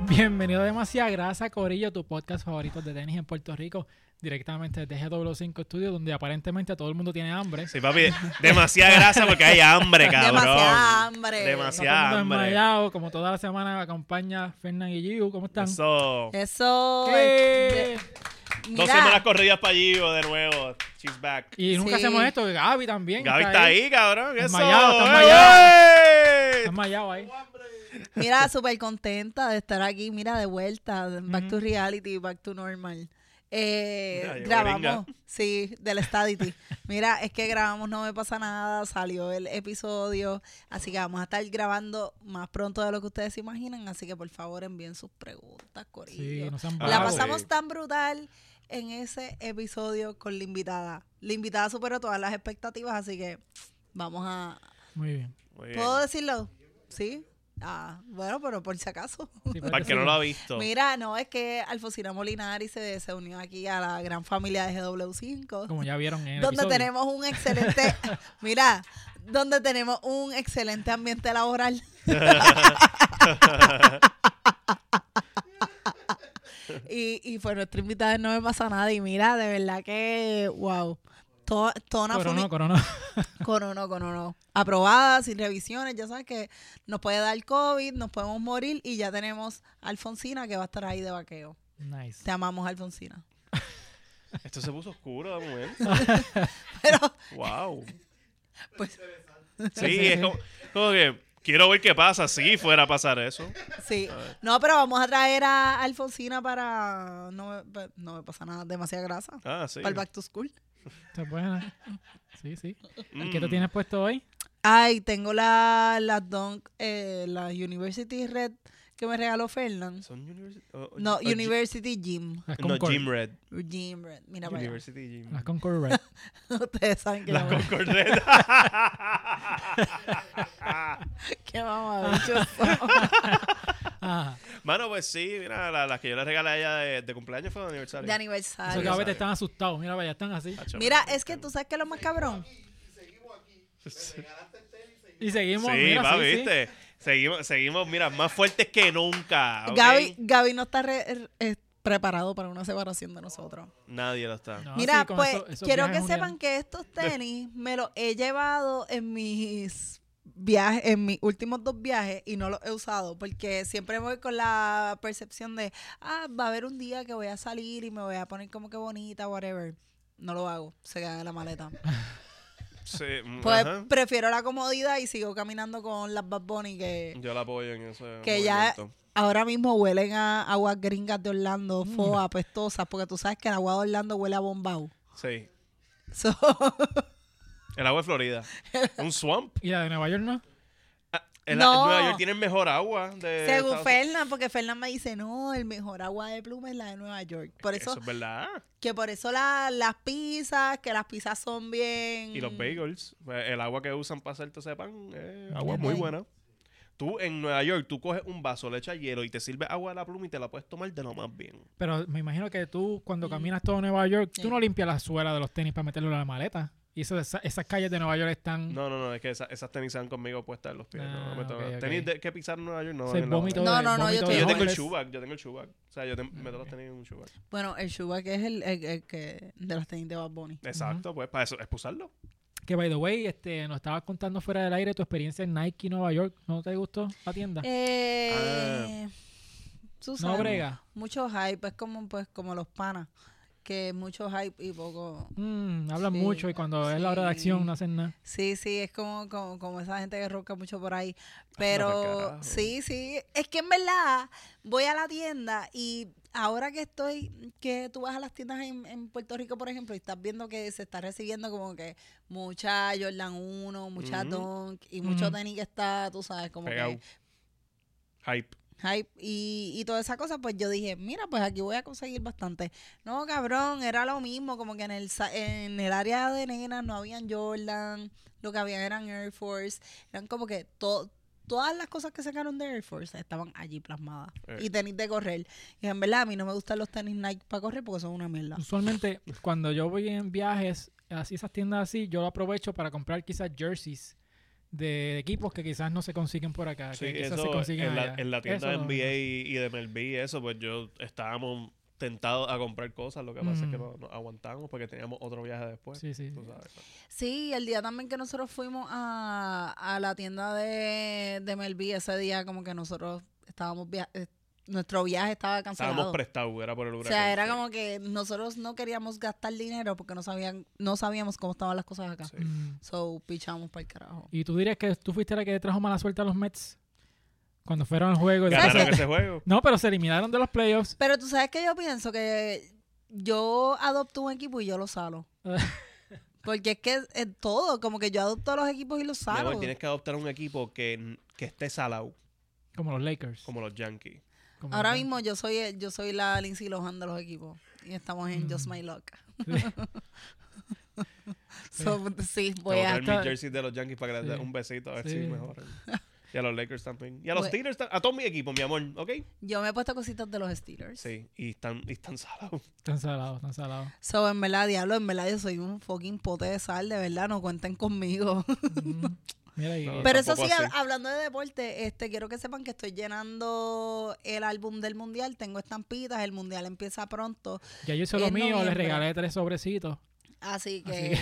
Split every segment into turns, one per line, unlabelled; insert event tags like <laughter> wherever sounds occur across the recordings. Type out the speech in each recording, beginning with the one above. Bienvenido a Demasiada Grasa, Corillo, tu podcast favorito de tenis en Puerto Rico, directamente desde GW5 Studios, donde aparentemente todo el mundo tiene hambre.
Sí, papi, demasiada grasa porque hay hambre, cabrón.
<laughs> Demasiada hambre.
Está todo
Demasiada
el mundo
hambre.
desmayado, como toda la semana me acompaña Fernan y Giu, ¿cómo están?
Eso.
Eso.
¿Qué?
es- de-
Dos
Eh, mira,
semanas corridas para allí de nuevo. She's back.
Y nunca
Sí.
hacemos esto, que Gaby también.
Gaby está ahí, cabrón. Eso.
Desmayado, está
¡Eh,
Está desmayado ahí.
mira, súper contenta de estar aquí, mira, de vuelta, back to reality, back to normal. Eh,
Mira, llegó
grabamos, sí, del Stadity. Mira, es que grabamos No Me Pasa Nada, salió el episodio, así que vamos a estar grabando más pronto de lo que ustedes se imaginan, así que por favor envíen sus preguntas, Corillo.
Sí, no sean
La
Ah,
vagos.
pasamos
sí.
tan brutal en ese episodio con la invitada. La invitada superó todas las expectativas, así que vamos a...
Muy bien.
Muy bien.
¿Puedo decirlo? ¿Sí? Ah, bueno, pero por si acaso.
Sí,
Para el que no lo ha visto.
Mira, no, es que Alfonsina Molinari se, se unió aquí a la gran familia de GW5,
Como ya vieron en el
donde
episodio.
tenemos
<laughs>
un excelente... mira, donde tenemos un excelente
<laughs>
ambiente laboral. Y, y fue nuestra invitada en No Me Pasa Nada. Y mira, de verdad que, wow. To- toda una
Coronó,
funi-
coronó. <laughs>
Coronó, coronó. Aprobada, sin revisiones. Ya sabes que nos puede dar COVID, nos podemos morir. Y ya tenemos a Alfonsina que va a estar ahí de vaqueo.
Nice.
Te amamos, Alfonsina.
Esto se puso oscuro de momento.
<laughs> Pero, <laughs>
Wow.
pues,
Sí, es como, como que quiero ver qué pasa si fuera a pasar eso.
sí. No, pero vamos a traer a Alfonsina para. No me, pa- no me pasa nada, demasiada grasa.
Ah, sí.
Para el back to school.
Está buena. Sí, sí. ¿Y qué te
Mm.
tienes puesto hoy?
Ay, tengo la, la Dunk, eh, la University Red que me regaló Fernan.
Mm. Son universi- oh, o- o-
No,
o- gi-
University Gym.
Las
No,
Concord. Ah.
Gym Red.
Gym Red. Mira para allá.
University Gym.
Las Concord Red.
<laughs> Ustedes saben que
<laughs>
La
vamos,
Concord <laughs> Red.
<laughs>
<laughs>
que vamos
Ajá.
Mano, pues sí, mira, la- las que yo le regalé a ella de, de cumpleaños fue de aniversario.
de
Eso que
aniversario.
a veces están asustados. Mira, vaya, están así.
Hacho,
Mira,
mano.
es que tú sabes que lo más cabrón.
Y seguimos.
Sí,
mira,
va,
sí, sí.
viste. Seguimos, seguimos, mira, más fuertes que nunca. Ah, ¿ok?
Gaby, Gaby no está re- re- eh, preparado para una separación de nosotros.
Nadie lo está.
No,
Mira,
sí, con
pues
eso- esos
quiero que
viajes unidos.
sepan que estos tenis me los he llevado en mis viajes, en mis últimos dos viajes y no los he usado porque siempre me voy con la percepción de, ah, va a haber un día que voy a salir y me voy a poner como que bonita, whatever. No lo hago, se queda en la maleta.
Sí, mm,
Pues
ajá.
prefiero la comodidad y sigo caminando con las Bad Bunny que
Yo la apoyo en eso.
Que ya- ahora mismo huelen a aguas gringas de Orlando,
Mm.
foa, apestosas, porque tú sabes que el agua de Orlando huele a bombao. <laughs>
Sí.
So,
El agua de
<laughs>
Florida. Un swamp.
Y la de Nueva York no.
Ah, El,
No.
Nueva York tiene el mejor agua. De
Según
Estados-
Fernan, porque Fernan me dice, no, el mejor agua de pluma es la de Nueva York. Por eso,
Eso es verdad.
que por eso la- las pizzas, que las pizzas son bien...
Y
Mm.
los bagels, pues, el agua que usan para hacer todo ese pan, eh, agua
Bien
muy
buena.
buena. Tú en Nueva York, tú coges un vaso, le echas hielo y te sirve agua de la pluma y te la puedes tomar de lo más bien.
Pero me imagino que tú, cuando
Mm.
caminas todo Nueva York, tú
Sí.
no limpias la suela de los tenis para meterlo en la maleta. Y eso- esa- esas calles de Nueva York están.
No, no, no, es que esa- esas tenis van conmigo puestas en los pies. no,
Mm. Ah,
me toca-
ok, ok.
Tenis de- que pisar en Nueva York no.
se
van en la
vómito
maleta.
No,
de-
no, no, yo
vómito
estoy-
de
yo tengo el
homeless.
chubac, yo tengo el chubac. O sea, yo te- meto los tenis en un chubac.
Bueno, el shuba que es el, el- el que de los tenis de Bad Bunny.
Exacto, pues para eso, expulsarlo.
Que by the way, este, nos estabas contando fuera del aire tu experiencia en Nike Nueva York. ¿No te gustó la tienda?
Ah.
Eh, tú
no
sabes,
brega.
Mucho hype, es como, pues, como los panas, que mucho hype y poco...
Mm, hablan
Sí,
mucho y cuando es la hora de acción
sí.
no hacen nada.
Sí, sí, es como, como, como esa gente que ronca mucho por
<laughs>
ahí.
pa'l
Pero
carajo.
sí, sí, es que en verdad voy a la tienda y ahora que estoy, que tú vas a las tiendas en, en Puerto Rico, por ejemplo, y estás viendo que se está recibiendo como que mucha Jordan 1, mucha
Ujú.
Dunk y mucho
Ujú.
tenis que está, tú sabes, como
Pegado.
que
Hype.
hype y, y toda esa cosa, pues yo dije, mira, pues aquí voy a conseguir bastante. No, cabrón, era lo mismo, como que en el, sa- en el área de nenas no habían Jordan, lo que habían eran Air Force, eran como que to- todas las cosas que sacaron de Air Force estaban allí plasmadas.
Eh.
Y tenis de correr. Y en verdad a mí no me gustan los tenis Nike para correr porque son una mierda.
Usualmente, cuando yo voy en viajes, así esas tiendas así, yo lo aprovecho para comprar quizás jerseys de equipos que quizás no se consiguen por acá,
Sí,
Ah, que quizás
eso
se consiguen
en, la,
allá.
en la tienda
Eso
de
es lo
NBA
único.
y, y de MLB, eso, pues yo estábamos tentados a comprar cosas. Lo que pasa es que no, no aguantamos porque teníamos otro viaje después.
Mm. Sí, sí.
tú sabes.
Sí, el día también que nosotros fuimos a, a la tienda de, de Melví, ese día como que nosotros estábamos, via- eh, nuestro viaje estaba
Estábamos
cancelado.
prestados, era por el
O
huracán.
sea, era
sí.
como que nosotros no queríamos gastar dinero porque no, sabían, no sabíamos cómo estaban las cosas acá.
Sí.
Mm.
So, pichamos para el carajo.
¿Y tú dirías que tú fuiste la que trajo mala suerte a los Mets cuando fueron al juego? y
Ganaron
después-
ese
<laughs>
juego.
No, pero se eliminaron de los playoffs.
Pero tú sabes que yo pienso que yo adopto un equipo y yo
<laughs>
lo salo. Porque es que es todo, como que yo adopto a los equipos y los
Mi amor,
salo.
tienes que adoptar un equipo que, que esté salado,
Como los Lakers.
como los Yankees.
como
Ahora
los- <laughs>
mismo yo soy yo soy la Lindsay Lohan de los equipos y estamos en Just
Mm.
My Luck. <laughs>
<laughs>
So, sí, voy
Voy a
a
botar
estar-
mi jersey de los Yankees para que les dé
Sí.
un besito a ver
Sí.
si
<laughs>
mejoran. Y a los Lakers también. Y a los
Bueno.
Steelers tam- A todos mis equipos, mi amor, ¿ok?
Yo me he puesto cositas de los Steelers.
Sí, y están, y están salados.
Están salados, están salados.
So, en verdad, diablo, en verdad yo soy un fucking pote de sal, de verdad, no cuenten conmigo.
Mm. Mira ahí.
No,
Pero eso sí,
tampoco
hab-
así.
hablando de deporte, este quiero que sepan que estoy llenando el álbum del mundial, tengo estampitas, el mundial empieza pronto,
Ya yo hice lo
en
mío, les
noviembre.
regalé tres sobrecitos.
así que...
Así que-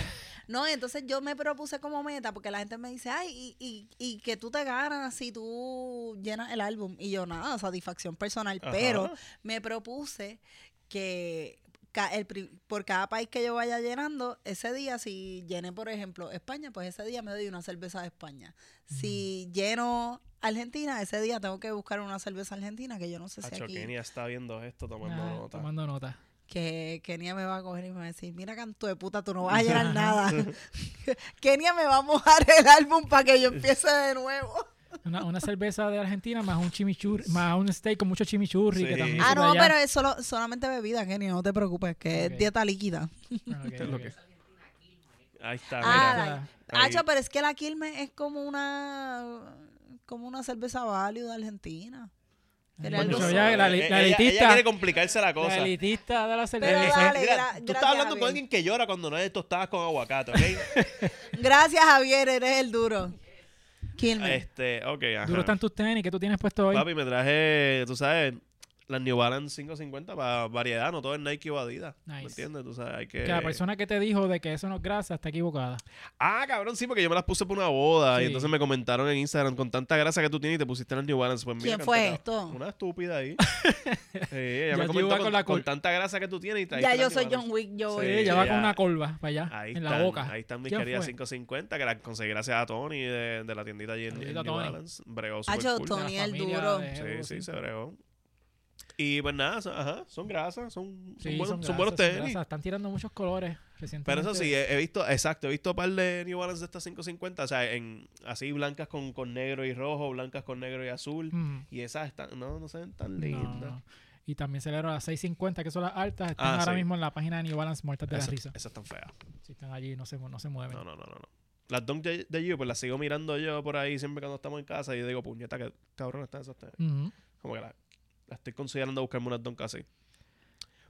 No, entonces yo me propuse como meta, porque la gente me dice, ay, y, y, y que tú te ganas si tú llenas el álbum. Y yo, nada, satisfacción personal,
Ajá.
pero me propuse que ca- el pri- por cada país que yo vaya llenando, ese día, si llené, por ejemplo, España, pues ese día me doy una cerveza de España. Si lleno Argentina, ese día tengo que buscar una cerveza argentina, que yo no sé si
Acho,
aquí,
Kenia está viendo esto tomando
Ah,
nota.
tomando nota.
que Kenia me va a coger y me va a decir, mira, canto de puta, tú no vas a <laughs> llenar nada. Kenia me va a mojar el álbum para que yo empiece de nuevo.
Una, una cerveza de Argentina más un chimichurri, más un steak con mucho chimichurri que
Sí.
también
Ah,
hice de
no,
allá.
pero es solo, solamente bebida, Kenia, no te preocupes, que
Ok.
es dieta líquida.
Ah, ok,
<laughs> Esto es lo
ok.
que- Ahí está, mira.
Ah,
<laughs>
Mira.
Ah,
Ahí-
cha, pero es que la Quilmes es como una como una cerveza value de Argentina. Era
Bueno,
algo
yo
así.
ya- la- la
Eh, ella-
elitista.
Ella quiere complicarse la cosa.
La elitista de la
Pero
cerveza.
Mira,
dale, gra-
tú
gracias,
estás hablando
Javier.
con alguien que llora cuando no hay tostadas con
<laughs>
aguacate, ¿ok?
Gracias, Javier, eres el duro. Quilmes.
este, ok, ajá.
Duro están tus tenis que tú tienes puesto hoy.
Papi, me traje, tú sabes, las New Balance 550 para variedad, no todo es Nike o Adidas. ¿Me
Nice.
entiendes? Tú sabes, hay que...
que la persona que te dijo de que eso no es grasa está equivocada.
Ah, cabrón, sí, porque yo me las puse por una boda
Sí.
y entonces me comentaron en Instagram con tanta grasa que tú tienes y te pusiste las New Balance. Pues, mira,
¿Quién
canta,
fue
cabrón.
esto?
Una estúpida
<laughs>
ahí. sí, ella
Ya
me comentó
lleva
con,
con la
con
cul-
tanta grasa que tú tienes y te
ya
ahí
yo
están
soy
las New
John
Balance.
Wick, yo
Sí,
voy.
Ella va
ya.
con una colva para allá,
Ahí
en
están,
la boca.
Ahí están mis
¿Quién
queridas
fue?
550 que las conseguí gracias a Tony de, de la tiendita allí en,
Saludito
en
a
New
Tony.
Balance. Bregó
Ah,
super
yo,
cool.
De la
Tony, el
familia
duro.
de
Sí,
Evo,
sí, se bregó. Y pues nada, son, ajá, son grasas, son, son
Sí,
buenos,
son
son buenos
grasas, son
tenis.
grasas. Están tirando muchos colores recientemente.
Pero eso sí, he, he visto, exacto, he visto un par de New Balance de estas 550, o sea, en, así blancas con, con negro y rojo, blancas con negro y azul.
Mm,
Y esas están, no, no se ven tan
no,
lindas.
no. Y también celebro las 650, que son las altas. Están
Ah,
ahora
sí.
mismo en la página de New Balance Muertas de
Esas,
la Risa.
esas están feas.
Si están allí, no se, mu- no se mueven.
No, no, no, no. no. Las Dunk de, de Gio, pues las sigo mirando yo por ahí siempre cuando estamos en casa y yo digo, puñeta, que cabrón están esas tenis.
Ujú.
Como que las las estoy considerando buscarme unas Dunk así.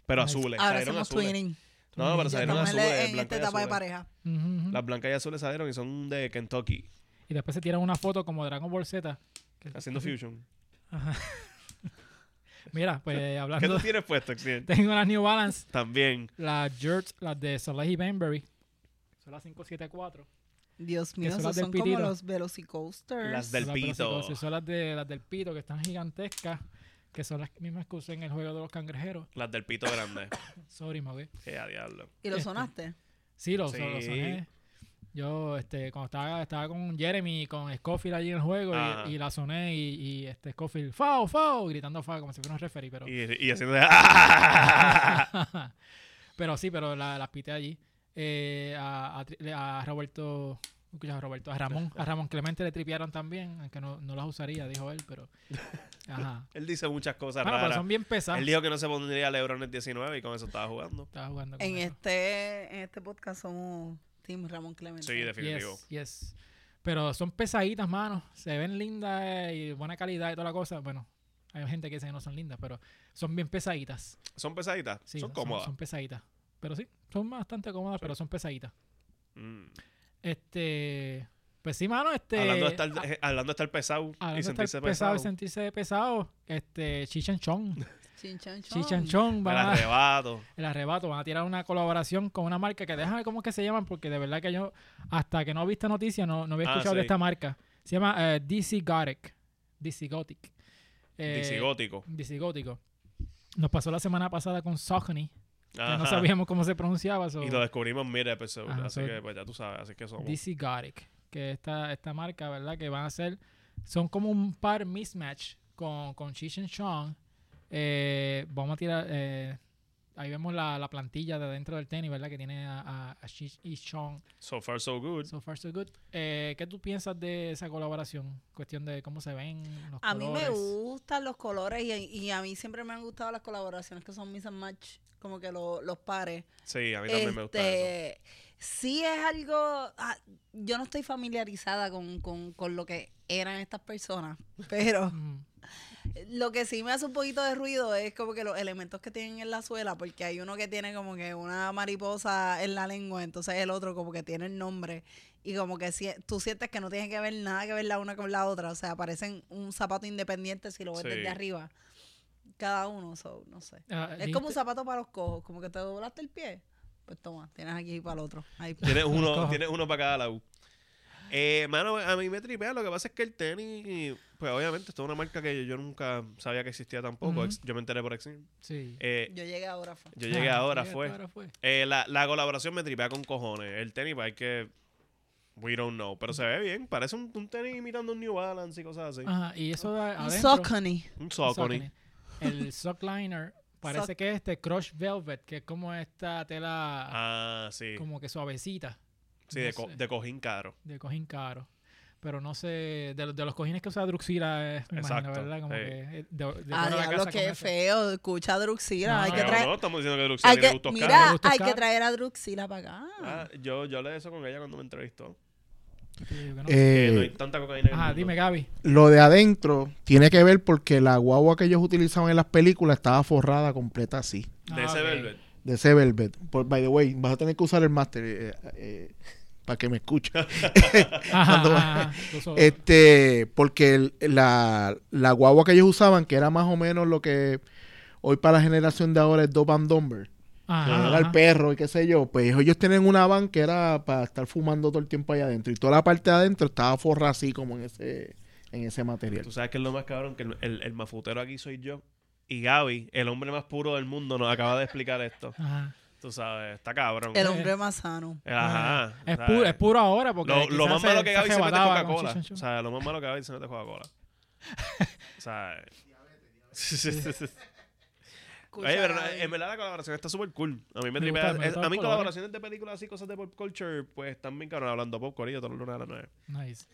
Pero
Nice.
azules,
Ahora
salieron
hacemos
azules.
twinning.
No, no,
Ya
pero salieron
Estamos
azules,
en
blancas
esta
y
etapa de
azules.
pareja.
Ujú, ujú.
Las blancas y azules salieron y son de Kentucky,
Y después se tiran una foto como Dragon Ball Z. que-
haciendo fusion.
Ajá. Mira,
<laughs>
pues
¿Qué tú
hablando.
tienes puesto,
<laughs>
Xien?
Tengo las New Balance,
También.
las Jerks, las de Soleil y Benbury. Son las 574.
Dios mío,
son
esos
las del
son como
Pirito.
los Velocicoasters.
Las del
Son las
pito.
Velocicoaster, Son las, de, las del pito que están gigantescas. Que son las mismas que usé en el juego de los cangrejeros.
Las del pito grande.
Sorry, Mogue.
que a diablo.
¿Y lo
este.
<laughs>
sonaste?
Sí, lo,
Sí.
lo soné. Yo, este, cuando estaba, estaba con Jeremy y con Scofield allí en el juego,
Ajá.
y, y la soné, y, y, este Scofield, ¡Fao, fao! gritando fao, como si fuera un referee, pero.
Y, y haciendo. ¡Ah!
<laughs> pero sí, pero la- las pité allí. Eh, a, a tri- le- a Roberto, escucha, a Roberto, a Ramón, a Ramón Clemente le tripearon también, aunque no, no las usaría, dijo él,
<laughs>
pero. Ajá.
<laughs> Él dice muchas cosas
Bueno, Ah, pero
raras.
son bien pesadas.
Él dijo que no se pondría LeBron el 19 y con eso estaba jugando.
Estaba jugando con
En
eso.
este, en este podcast somos Team Ramón Clemente.
Sí, definitivo.
Yes, yes. Pero son pesaditas, mano. Se ven lindas eh, y buena calidad y toda la cosa. Bueno, hay gente que dice que no son lindas, pero son bien pesaditas.
Son pesaditas.
Sí,
son cómodas.
Son pesaditas. Pero sí, son bastante cómodas, pero son pesaditas.
Mm.
Este. Pues sí, mano, este.
hablando, de estar, eh, hablando de estar pesado
hablando de
y sentirse
estar
pesado.
pesado y sentirse pesado, este, Chichanchón.
Chinchanchón.
Chichanchón
el
va a.
arrebato.
el arrebato, van a tirar una colaboración con una marca que déjame cómo es que se llaman, porque de verdad que yo, hasta que no vi esta noticia, no, no había
Ah,
escuchado de
sí.
esta marca. Se llama eh, DC Gothic. DC Gothic. Eh,
Disigótico.
DC Gótico. Nos pasó la semana pasada con Sogni, que no
Ajá.
sabíamos cómo se pronunciaba. so-
Y lo descubrimos en mira episodio.
Ajá,
así
so-
que pues ya tú sabes, así que somos.
DC Gothic, que esta, esta marca, ¿verdad? Que van a ser, son como un par mismatch con, con Cheech and Chong. Eh, vamos a tirar, eh, ahí vemos la, la plantilla de dentro del tenis, ¿verdad? Que tiene a, a, a Cheech y Chong.
So far so good.
So far, so good. Eh, ¿Qué tú piensas de esa colaboración? Cuestión de cómo se ven los
A mí
colores.
me gustan los colores y, y a mí siempre me han gustado las colaboraciones que son mis and match, como que lo- los pares.
Sí, a mí también me gusta eso.
Este, Sí es algo, ah, yo no estoy familiarizada con, con, con lo que eran estas personas, <laughs> pero
Mm.
lo que sí me hace un poquito de ruido es como que los elementos que tienen en la suela, porque hay uno que tiene como que una mariposa en la lengua, entonces el otro como que tiene el nombre y como que si, tú sientes que no tiene que ver nada que ver la una con la otra, o sea, parecen un zapato independiente si lo ves
Sí.
desde arriba. Cada uno, so, no sé.
Ah,
Es como
dijiste-
un zapato para los cojos, como que te doblaste el pie. Pues toma, tienes aquí para el otro. Ahí.
<laughs>
Tienes uno,
Cojo.
tienes uno para cada lado. Eh, mano, a mí me tripea. Lo que pasa es que el tenis, pues obviamente, esto es una marca que yo, yo nunca sabía que existía tampoco.
Ujú.
Ex- Yo me enteré por Exim.
Sí.
Eh,
Yo llegué ahora, fue.
yo llegué
Ah,
ahora,
llegaste
fue.
ahora, fue.
Eh, la, la colaboración me tripea con cojones. El tenis, pues hay que. We don't know. Pero se ve bien. Parece un, un tenis mirando un New Balance y cosas así.
Ajá, y eso da
Un
adentro.
Saucony.
Un Saucony.
Ah, Saucony. El sock liner parece
Sock.
que es este crush velvet, que es como esta tela
Ah, sí.
como que suavecita
Sí, de,
no
co-
sé.
de cojín caro.
de cojín caro. Pero no sé, de, los- de los cojines que usa Druxila, es, me imagino,
Exacto,
¿verdad? Como
sí.
que eh, de, de
Ah,
fuera de la
diablo,
casa
qué
con eso.
feo. Escucha a Druxila.
No,
hay que
no,
traer.
Ah, no, estamos diciendo que Druxila
Hay
tiene
que,
gustos caros.
Le
mira,
gustó
hay que
Oscar.
traer a Druxila para acá.
Ah, yo, yo le eso con ella cuando me entrevistó.
Yo digo que Ah, no.
Que no hay
Eh,
tanta cocaína en el
Ajá,
mundo.
dime,
<laughs>
Gaby.
lo de adentro tiene que ver porque la guagua que ellos utilizaban en las películas estaba forrada completa así.
De
Ah,
ese
ok.
velvet.
De ese velvet. Por, by the way, vas a tener que usar el máster eh, eh, para que
<laughs>
me escuche.
Ajá,
Cuando-
ajá, ajá. Incluso-
Este, porque el- la, la guagua que ellos usaban, que era más o menos lo que hoy para la generación de ahora es Dop and Dumber,
ajá,
que
ajá.
era el perro y qué sé yo, pues ellos tienen una van que era para estar fumando todo el tiempo allá adentro. Y toda la parte de adentro estaba forra así como en ese, en ese material.
Tú sabes que es lo más cabrón, que el, el- el mafutero aquí soy yo. Y Gaby, el hombre más puro del mundo, nos acaba de explicar esto.
Ajá.
Tú sabes, está cabrón. Eh,
El hombre más sano.
Ajá.
Ah, Es,
¿sabes?
puro, es puro ahora porque
Lo, lo
quizás
más
se-
malo que
se
Gaby se mete
arrebataba con
Coca-Cola.
Cheech and
O
Chong.
sea, lo más malo que Gaby se mete Coca-Cola. O
<laughs>
sea... <laughs>
Escucha,
Oye, pero em,
Gaby.
en verdad la colaboración está súper cool. A mí me,
Me
tripea.
gusta, me gustan
es- a
los
mí
colores.
colaboraciones de películas y cosas de pop culture, pues están bien cabrón. Hablando pop, corillo, todos los lunes a las nueve.
Nice.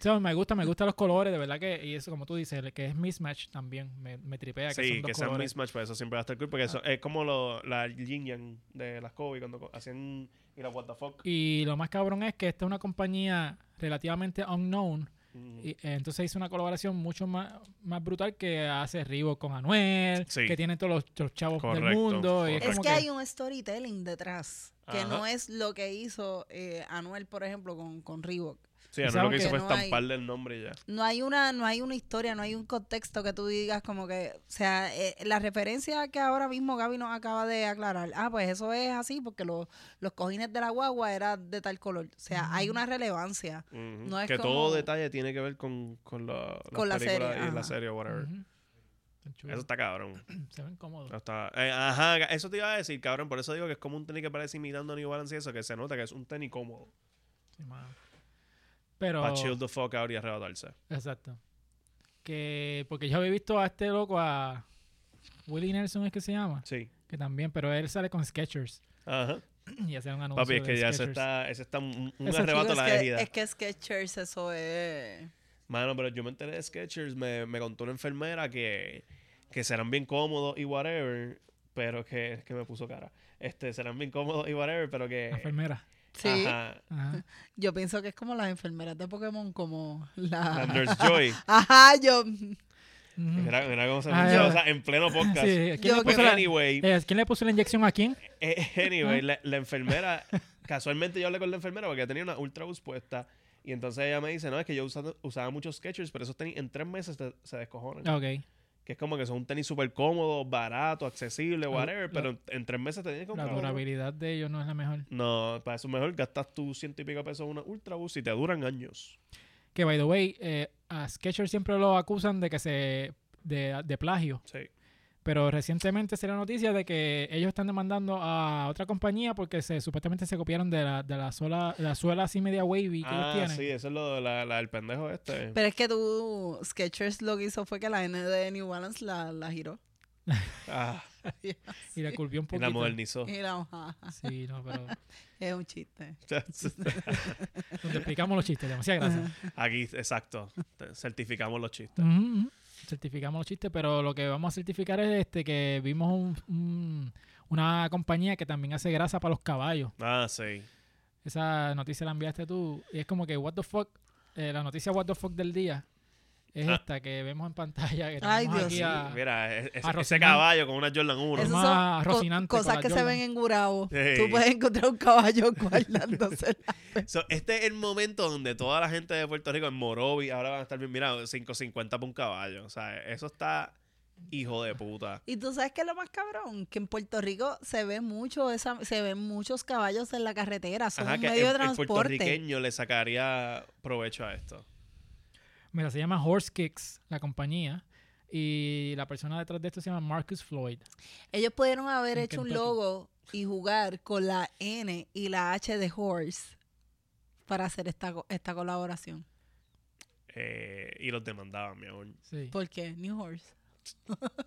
So, me gusta, me gustan los colores, de verdad que, y eso como tú dices, el que es mismatch también, me, me tripea que
Sí,
son dos
que sean
colores. Ah.
mismatch, pues eso siempre va a estar cool. Porque eso es como lo, la yin yang de las Kobe cuando co- hacían. Y la what the fuck.
Y lo más cabrón es que esta es una compañía relativamente unknown,
Mm.
y, eh, entonces hizo una colaboración mucho más, más brutal que hace Rivo con Anuel,
Sí.
que tiene todos los, los chavos del
Correcto,
mundo. y
correcto.
es,
Es que,
como
hay un storytelling detrás. Que
Ajá.
no es lo que hizo eh, Anuel, por ejemplo, con, con Reebok.
Sí, no
¿sabes
lo que
qué?
hizo fue
No hay-
estamparle el nombre y ya.
No hay una, no hay una historia, no hay un contexto que tú digas como que, o sea, eh, la referencia que ahora mismo Gaby nos acaba de aclarar, ah, pues eso es así porque los los cojines de la guagua eran de tal color. O sea,
Mm.
hay una relevancia.
Ujú.
No es
que
como-
todo detalle tiene que ver con, con la,
Con la
película
serie,
y la
ajá.
serie o whatever.
Ujú. Están chulos,
Eso está cabrón.
Se ven cómodos.
Eso está- eh, ajá, eso te iba a decir, cabrón. Por eso digo que es como un tenis que parece imitando a New Balance y eso, que se nota que es un tenis cómodo.
sí, mano. Pero...
Para chill the fuck out y arrebatarse.
Exacto. Que, porque yo había visto a este loco, a Willie Nelson es que se llama,
Sí.
que también, pero él sale con Skechers
Ajá.
y hace un anuncio
Papi, es que
de
ya se
Skechers.
está, ese está un, un
Eso,
arrebato a
Digo,
la
es, que,
herida.
es que Skechers eso es...
Mano, pero yo me enteré de Skechers, me, me contó una enfermera que, que serán bien cómodos y whatever, pero que, es que me puso cara. Este, serán bien cómodos y whatever, pero que...
La enfermera.
Sí,
Ajá. <laughs>
Ajá.
yo pienso que es como las enfermeras de Pokémon, como la...
La
<laughs>
Nurse
<laughs>
Joy.
Ajá, yo...
Ujú.
Mira, mira cómo se
Ah,
pronuncia,
ya.
o sea, en pleno podcast.
<laughs> Sí, ¿quién,
Yo
le
Pues
puso la,
anyway,
eh, ¿Quién le puso la inyección a quién?
<laughs> eh, anyway, la, la enfermera, casualmente yo hablé con la enfermera porque ella tenía una ultra puesta Y entonces ella me dice, no, es que yo usando- usaba muchos Skechers, pero esos tenis en tres meses te- se descojonan.
Ah, Ok.
Que es como que son un tenis súper cómodo, barato, accesible,
La-
whatever,
Ah, la-
pero en, en tres meses te tienes
La
que comprar otro.
durabilidad de ellos no es la mejor.
No, para eso mejor gastas tu ciento y pico pesos en una Ultra Boost y te duran años.
Que, by the way, eh, a Skechers siempre lo acusan de que se... De, de plagio.
Sí.
Pero recientemente se la noticia de que ellos están demandando a otra compañía porque se supuestamente se copiaron de la, de la, sola, la suela así media wavy que
Ah,
ellos tienen.
sí, eso es lo del la, la del pendejo este.
Pero es que tú, Skechers lo que hizo fue que la N de New Balance la, la giró.
Ah,
Y la curvió un
y la
poquito.
modernizó.
Y la hoja.
Sí, no, pero
Es un chiste.
Eh. donde explicamos los chistes, demasiadas gracias.
<laughs> Aquí, exacto. Te- Certificamos los chistes.
Ujú, ujú. Certificamos los chistes, pero lo que vamos a certificar es este que vimos un- un- una compañía que también hace grasa para los caballos.
Ah, sí.
Esa noticia la enviaste tú y es como que what the fuck, eh, la noticia what the fuck del día es
Ah.
esta que vemos en pantalla que
Ay,
tenemos
Dios
aquí
mío.
a,
Mira, es- es-
Arrocinante.
ese caballo con una Jordan 1.
Eso-
Esas
más
son co-
rocinante con
cosas
la
que se
Jordan.
ven en Gurabo.
Sí.
Tú puedes encontrar un caballo <laughs> guardándose.
So, este es el momento donde toda la gente de Puerto Rico en Morovi ahora van a estar bien, mira, 5.50 por un caballo. O sea, eso está hijo de puta.
Y tú sabes que lo más cabrón, que en Puerto Rico se ve mucho esa, se ven muchos caballos en la carretera, son
Ajá,
un
que
medio
el,
de
el
transporte.
puertorriqueño le sacaría provecho a esto.
Mira, se llama Horse Kicks, la compañía. Y la persona detrás de esto se llama Marcus Floyd.
Ellos pudieron haber
En
hecho un
Kentucky.
logo y jugar con la N y la H de horse para hacer esta, co- esta colaboración.
Eh, y los demandaban, mi amor.
Sí.
¿Por qué? New Horse.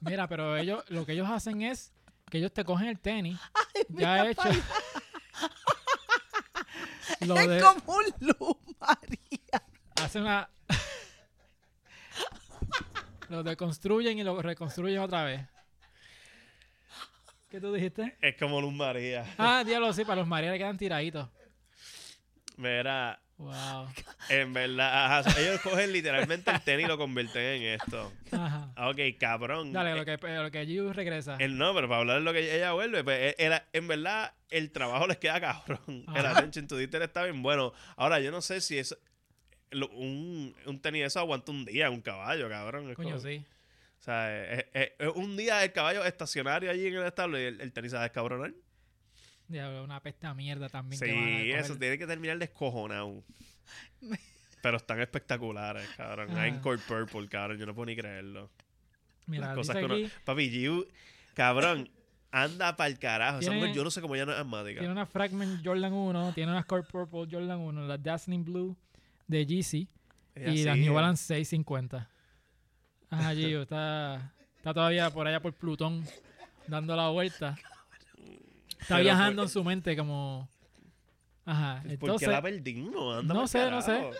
Mira, pero ellos, lo que ellos hacen es que ellos te cogen el tenis
mira
ya hecho.
pa'
<laughs> lo
es
de,
como un luz, María.
hacen una <laughs> lo deconstruyen y lo reconstruyen otra vez. ¿Qué tú dijiste?
Es como Luz María.
Ah, diablo, sí, para los mareas le quedan tiraditos.
Mira,
Wow.
en verdad, ajá, ellos cogen literalmente el tenis y lo convierten en esto.
Ajá.
Ah, Ok, cabrón.
Dale, lo que, lo que Giu regresa.
El no, pero para hablar de lo que ella vuelve, pues eh, era- en verdad el trabajo les queda cabrón. <laughs>
Ajá.
El attention to detail está bien bueno. Ahora, yo no sé si es lo- un, un tenis de eso aguanta un día, un caballo, cabrón. Es
Coño,
como-
sí.
O sea, eh, eh, eh, un día el caballo estacionario allí en el establo y el, el tenis se va a descabronar.
Diablo, una pesta mierda también. que van a
Sí,
coger.
eso tiene que
<laughs>
terminar descojonado. Pero están espectaculares, cabrón.
Ah.
I'm Cold Purple, cabrón. Yo no puedo ni creerlo.
Mira,
Las cosas
dice
que uno-
aquí,
Papi Giu, cabrón, anda para el carajo. Esa
Tiene-
mujer, yo no sé cómo ya no es asmática.
Tiene una Fragment Jordan 1, tiene unas Core Purple Jordan 1, la Dazzling Blue de Yeezy
Ella
y las
sigue.
New Balance 650.
<laughs>
Ajá, Gio, está, está todavía por allá por Plutón dando la vuelta. Está
Pero
viajando
por-
en su mente como... Ajá,
¿Por qué
entonces...
la perdimos? Anda
No
pa'l
sé, no sé.
carajo.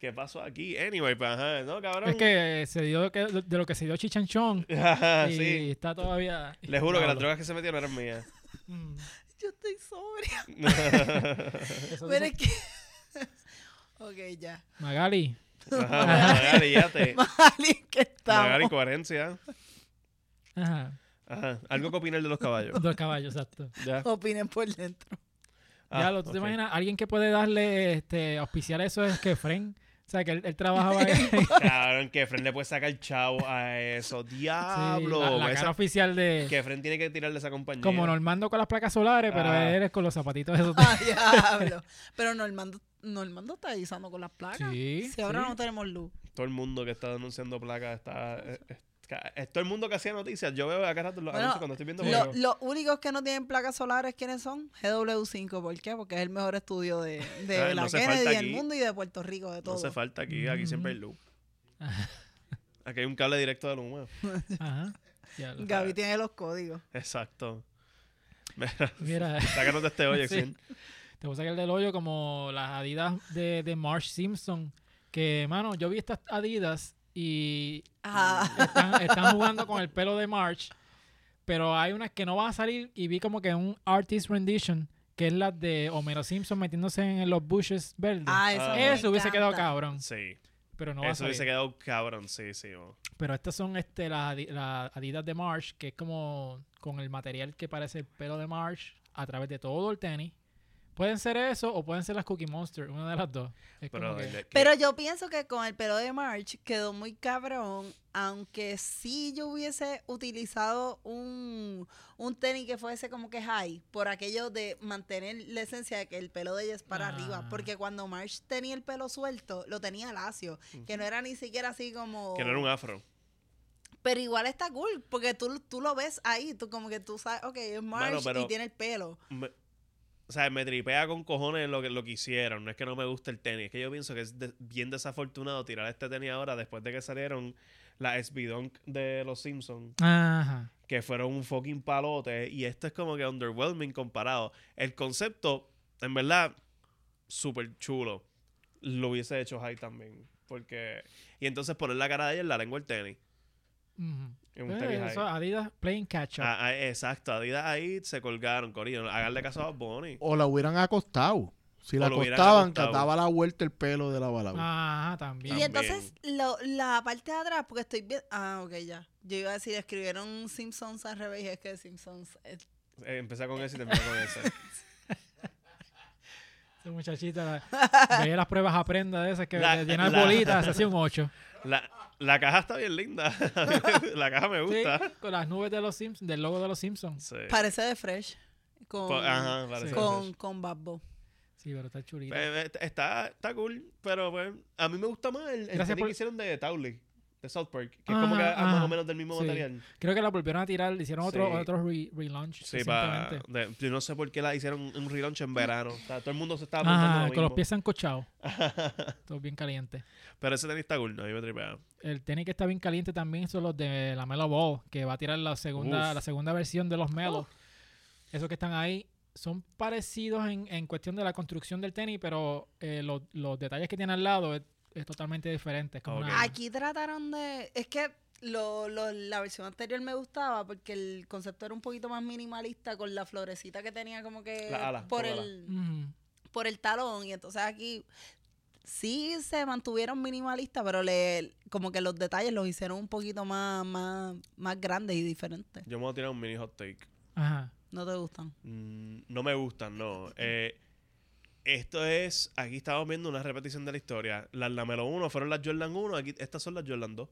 ¿Qué pasó aquí? Anyway, pues, ajá, no, cabrón.
Es que se dio de que- de lo que se dio Chichanchón
Ajá,
y
<laughs> Ah, sí.
está todavía...
Les juro que las
Diablo.
drogas que se metieron eran mías.
<laughs> Mm,
Yo estoy sobria.
eso
Pero
dice-
es que... <laughs> ok, ya. <laughs>
Magali,
Ajá, Magali, ya te.
Magali, que estamos.
Magali, coherencia.
ajá,
Ajá. Algo que opinar de los
<laughs>
caballos.
dos caballos, exacto.
Ya.
Opinen por dentro. <laughs>
Ah,
ya, lo, ¿tú
ok.
te imaginas? Alguien que puede darle, este, auspiciar eso es que Fren. O sea, que él, él trabajaba
<laughs>
en sí,
Cabrón, que Fren le puede sacar chavo a eso. Diablo.
la, la cara
Esa-
oficial de...
Que Fren tiene que tirarle esa compañía.
Como Normando con las placas solares, pero
Ah.
él es con los zapatitos esos.
Ah, diablo. Pero Normando, Normando está guisando con las placas.
Sí,
si ahora
sí.
Ah, no tenemos luz.
Todo el mundo que está denunciando placas está. eh, eh, ca- eh, todo el mundo que hacía noticias. Yo veo acá rato los
Bueno,
anuncios cuando estoy viendo. pues,
lo-
Lo-
videos.
los únicos que no tienen placas solares, ¿quiénes son? GW5. ¿Por qué? Porque es el mejor estudio de, de
Ah, no
la
hace
Kennedy,
falta
del
aquí.
mundo y de Puerto Rico, de todo.
No hace falta aquí, aquí
<laughs>
siempre hay luz. Aquí hay un cable directo de Luma. <laughs>
Ajá. Ya lo-
Gaby tiene los códigos.
Exacto. <laughs> Mira,
Mira,
sácanos de este hoyo,
Sí.
Xin.
te voy a sacar del hoyo como las adidas de, de Marsh Simpson. Que, mano, yo vi estas adidas y
Ah,
están, están jugando con el pelo de March, pero hay unas que no van a salir y vi como que un artist rendition, que es la de Homero Simpson metiéndose en los bushes verdes.
ah, eso, me
Eso hubiese quedado
encanta.
cabrón,
Sí.
pero no va a
Eso
salir.
hubiese quedado cabrón, sí, sí. mo.
Pero estas son este, las adi- las adidas de March, que es como con el material que parece el pelo de March a través de todo el tenis, Pueden ser eso o pueden ser las Cookie Monster, una de las dos. Es
Pero,
como que-
de- que-
Pero yo pienso que con el pelo de March quedó muy cabrón, aunque sí yo hubiese utilizado un, un tenis que fuese como que high, por aquello de mantener la esencia de que el pelo de ella es para
Ah.
arriba, porque cuando March tenía el pelo suelto, lo tenía lacio, que no era ni siquiera así como...
que no era un afro.
Pero igual está cool, porque tú, tú lo ves ahí, tú como que tú sabes, ok, es March
Mano, pero-
y tiene el pelo.
Me- o sea, me tripea con cojones lo que, lo que hicieron. No es que no me guste el tenis. Es que yo pienso que es de- bien desafortunado tirar este tenis ahora después de que salieron las SB Dunk de los Simpsons,
Ajá.
que fueron un fucking palote. Y esto es como que underwhelming comparado. El concepto, en verdad, súper chulo. Lo hubiese hecho High también. Porque. Y entonces poner la cara de ella en la lengua del tenis.
Ujú.
En un
Eh,
tenis high.
eso, Adidas playing catch up.
Ah, ah, exacto, Adidas ahí se colgaron, Corillo. Háganle caso a Bonnie.
O la hubieran acostado. Si
O
la
lo hubieran
acostaban, que
acostado.
daba la vuelta el pelo de la bala.
Ajá,
Y
también.
También.
entonces lo- la parte de atrás, porque estoy bien. Ah, ok, ya. Yo iba a decir, escribieron Simpsons al revés y es que Simpsons. es-
Eh, empezá con ese y termina con ese.
Esa muchachita veía las pruebas aprenda de esas que
La-
de llenar
la- <laughs>
bolitas, se hacía un 8.
La, la caja está bien linda. <laughs> la caja me
Sí,
gusta.
con las nubes de los Simpsons, del logo de los Simpsons.
Sí.
Parece de Fresh. Con,
Po- Ajá, parece
sí.
<laughs>
con, con Bad Bunny.
Sí, pero está chulita.
Eh, eh, Está, está cool, pero pues, a mí me gusta más el, el
Gracias
tenis
por-
que hicieron de Tauli, de South Park, que es como que
Ah,
ah, más
ah,
o menos del mismo
sí.
material.
Creo que la volvieron a tirar, le hicieron otro,
Sí.
otro re- relaunch
Sí, pa-
recientemente.
de- yo no sé por qué la hicieron un relaunch en verano. O sea, todo el mundo se estaba
Ajá,
preguntando lo
con los
mismo.
pies encochados.
<laughs>
Todo bien caliente.
Pero ese tenis está cool, no, a mí me tripea.
El tenis que está bien caliente también son los de la Melo Ball, que va a tirar la segunda,
Uf.
la segunda versión de los Melo. Esos que están ahí son parecidos en, en cuestión de la construcción del tenis, pero eh, los, los detalles que tiene al lado es, es totalmente diferente. es como
Ok.
una-
Aquí trataron de. Es que lo- lo- la versión anterior me gustaba porque el concepto era un poquito más minimalista con la florecita que tenía como que.
La ala,
por
con ala.
el.
Ujú.
por el talón y entonces aquí sí se mantuvieron minimalistas pero le como que los detalles los hicieron un poquito más más más grandes y diferentes
Yo me voy a tirar un mini hot take.
Ajá.
no te gustan
Mm, No me gustan, no. Eh, esto es. Aquí estamos viendo una repetición de la historia. Las Lamelo 1 fueron las Jordan 1, aquí, estas son las Jordan 2.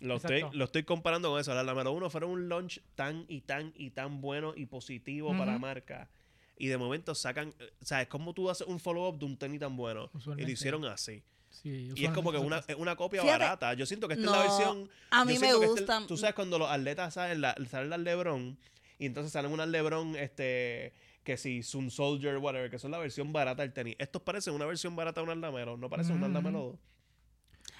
Lo estoy,
Exacto.
lo estoy comparando con eso. Las Lamelo 1 fueron un launch tan y tan y tan bueno y positivo para la
Ujú.
marca. Y de momento sacan. eh, O sea, es como tú haces un follow-up de un tenis tan bueno. Y lo
Usualmente.
hicieron así.
Sí,
Y es
usualmente
como que
eso
una,
pasa.
es una copia
Fíjate.
barata. Yo siento que esta es la
No,
versión.
a
Yo
mí me
siento que este-
gustan
tú sabes cuando los atletas salen, la, salen las Lebron y entonces salen unas Lebron, este, que si Zoom Soldier, whatever, que son la versión barata del tenis. Estos parecen una versión barata de un Lamelo, no parecen un
Mm.
Lamelo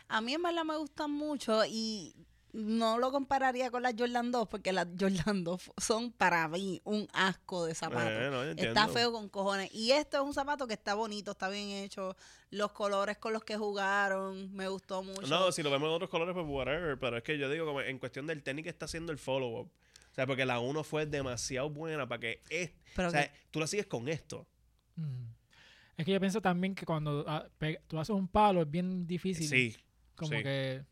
a mí en verdad me gustan mucho y no lo compararía con las Jordan 2 porque las Jordan 2 son para mí un asco de
2.
zapato
Eh, no, yo
Está
entiendo.
feo con cojones. Y esto es un zapato que está bonito, está bien hecho. Los colores con los que jugaron, me gustó mucho.
No, si lo vemos en otros colores, pues whatever. Pero es que yo digo, como en cuestión del tenis que está haciendo el follow-up. O sea, porque la 1 fue demasiado buena para que... es-
pero
o
que-
sea, tú la sigues con esto.
Ujú. Es que yo pienso también que cuando ah, pe- tú haces un palo es bien difícil
Sí.
como
sí.
que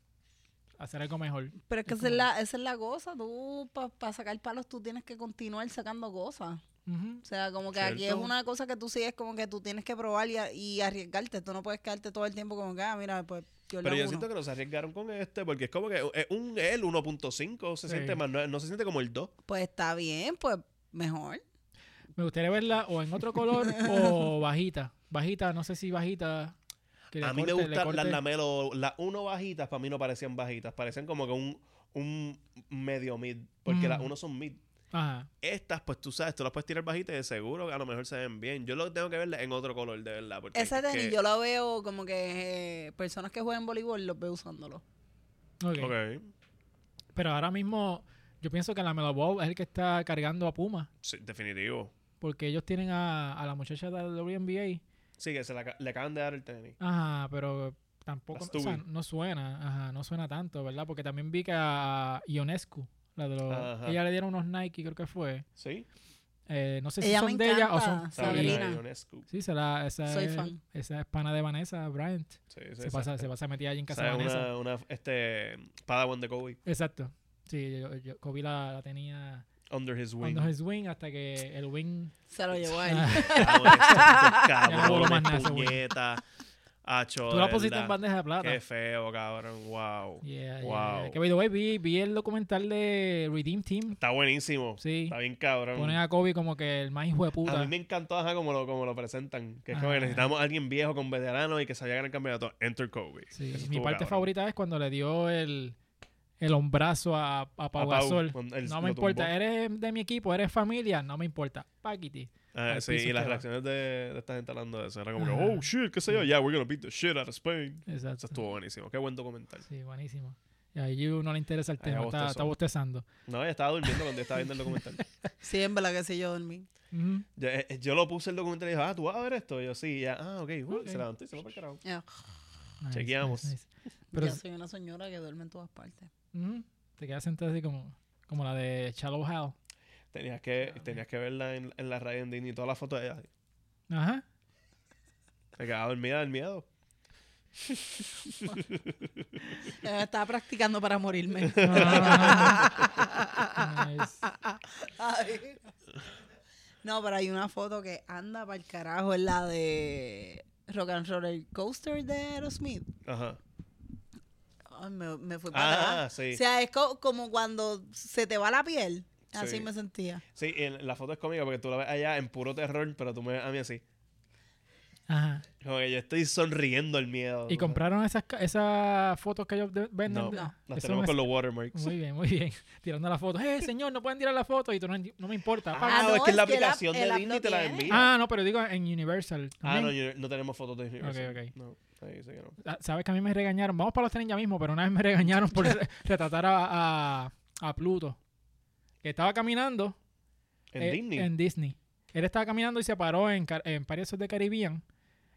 hacer algo mejor.
Pero es que
Es
esa es
como-
la, esa es la cosa, tú para sacar palos tú tienes que continuar sacando cosas.
Ujú.
O sea, como que aquí es
Cierto.
una cosa que tú sigues como que tú tienes que probar y, a- y arriesgarte, tú no puedes quedarte todo el tiempo como que, ah, mira, pues yo
Pero
la
yo
uno.
siento que nos arriesgaron con este porque es como que es un el 1.5 se
Sí.
siente más, no, no se siente como el 2.
Pues está bien, pues mejor.
Me gustaría verla o en otro color
<laughs>
o bajita. Bajita, no sé si bajita. que le
A mí me
corte- le
gustan las
corte-
lamelo, las uno bajitas, para mí no parecían bajitas, parecían como que un, un medio mid, porque
Mm.
las uno son mid.
Ajá.
Estas, pues tú sabes, tú las puedes tirar bajitas y de seguro que a lo mejor se ven bien. Yo lo tengo que ver en otro color, de verdad. Porque
Ese
es
tenis
que-
yo lo veo como que eh, personas que juegan voleibol los veo usándolo.
Ok.
Ok,
Pero ahora mismo yo pienso que la Melo Ball es el que está cargando a Puma.
sí, definitivo.
Porque ellos tienen a, a la muchacha de la WNBA.
Sí, que se la ca- le acaban de dar el tenis.
Ajá, pero tampoco.
Las
O sea,
Tubi.
no suena. Ajá, no suena tanto, ¿verdad? Porque también vi que a Ionescu, la de los.
Ajá.
Ella le dieron unos Nike, creo que fue.
Sí.
Eh, no sé si
Ella me
son de ella o
encanta.
son.
Sabrina.
Ionescu.
Sí, se la, esa,
Soy
es,
fan.
esa es pana de Vanessa Bryant.
Sí,
se, pasa, se pasa metida allí en casa de Vanessa.
una, una este, Padawan de Kobe.
Exacto. Sí, yo, yo- Kobe la, la tenía
Under his wing.
Cuando es wing, hasta que el wing.
Se lo llevó a él.
<laughs>
<laughs>
<laughs>
Ah, bueno, estos
Ya no voló más nada
cabrones,
ese güey.
puñeta. Acho,
Tú
de
la pusiste
verdad.
en bandeja de plata.
Qué feo, cabrón. Wow.
Yeah, yeah,
Wow.
yeah. Que by the way, vi, vi el documental de Redeem Team.
Está buenísimo.
Sí.
Está bien, cabrón.
Ponen a Kobe como que el más hijo de
A
puta.
mí me encantó ajá, como, lo, como lo presentan. Que es como que
Ajá.
necesitamos a alguien viejo con veterano y que sabía ganar el campeonato. Enter Kobe.
Sí,
Eso
Mi
estuvo
parte
cabrón.
favorita es cuando le dio el, el hombrazo a, a Pau
A Pau,
Gasol.
cuando él
No
lo
me importa, eh,
tumbó.
eres de mi equipo, eres familia, no me importa. Paquiti.
Ah,
al
sí,
piso
y
que
las
va.
reacciones de, de esta gente hablando de eso. Era como que,
Ajá.
oh shit, qué sé yo. Yeah, we're gonna beat the shit out of Spain. Eso
Exacto.
estuvo buenísimo. Qué buen documental.
Sí, buenísimo. Y a Yu no le interesa el
Ahí
tema, está,
bostezó.
está bostezando.
No, yo estaba durmiendo cuando yo estaba viendo
<laughs>
el documental.
Sí, en verdad que sí, yo dormí.
Ujú.
Yo, eh, eh, yo lo puse el documental y dije, ah, tú vas a ver esto. Y yo sí, y ya, ah, ok. Uh,
Ok.
Se levantó y se lo para el carajo.
Ya.
Nice,
Chequeamos.
nice, nice. Pero
yo soy una señora que duerme en
<laughs>
todas partes.
ujú, te quedas sentado así como, como la de Shallow Hal.
Tenías que, tenías que verla en, en la radio en Disney, todas las fotos de ella.
Ajá.
Se quedaba dormida del miedo.
Eh, estaba practicando
<laughs>
para morirme.
Nice.
Ay. No, pero hay una foto que anda para el carajo, es la de Rock and Roller Coaster de Aerosmith.
Ajá.
Ay, me, me fui para
Ah,
atrás.
sí.
O sea, es co- como cuando se te va la piel. Así
Sí.
me sentía.
Sí, en- la foto es cómica porque tú la ves allá en puro terror, pero tú me ves a mí así.
Ajá.
Como que yo estoy sonriendo el miedo.
¿Y compraron esas, ca- esas fotos que ellos de- venden?
Oh. No,
de-
No.
Las
Eso
tenemos
me-
con los watermarks.
Muy bien, muy bien. <laughs> Tirando la foto. ¡Eh, señor, no pueden tirar la foto! Y tú no, no me importa.
Ah,
Ah,
no, es que es la
el app-
aplicación
el
de
app
Disney
lo
te la
tiene.
envía.
no, pero digo en Universal.
Ah, no,
Ah, también.
yo- no tenemos fotos de Disney.
Ok, ok.
No, ahí sí que no.
Ah, Sabes que a mí me regañaron. Vamos para los trenes ya mismo, pero una vez me regañaron
<laughs>
por re- retratar a, a, a Pluto. Que estaba caminando.
En
eh,
Disney.
En Disney. Él estaba caminando y se paró en, Car- en Paris de Caribbean.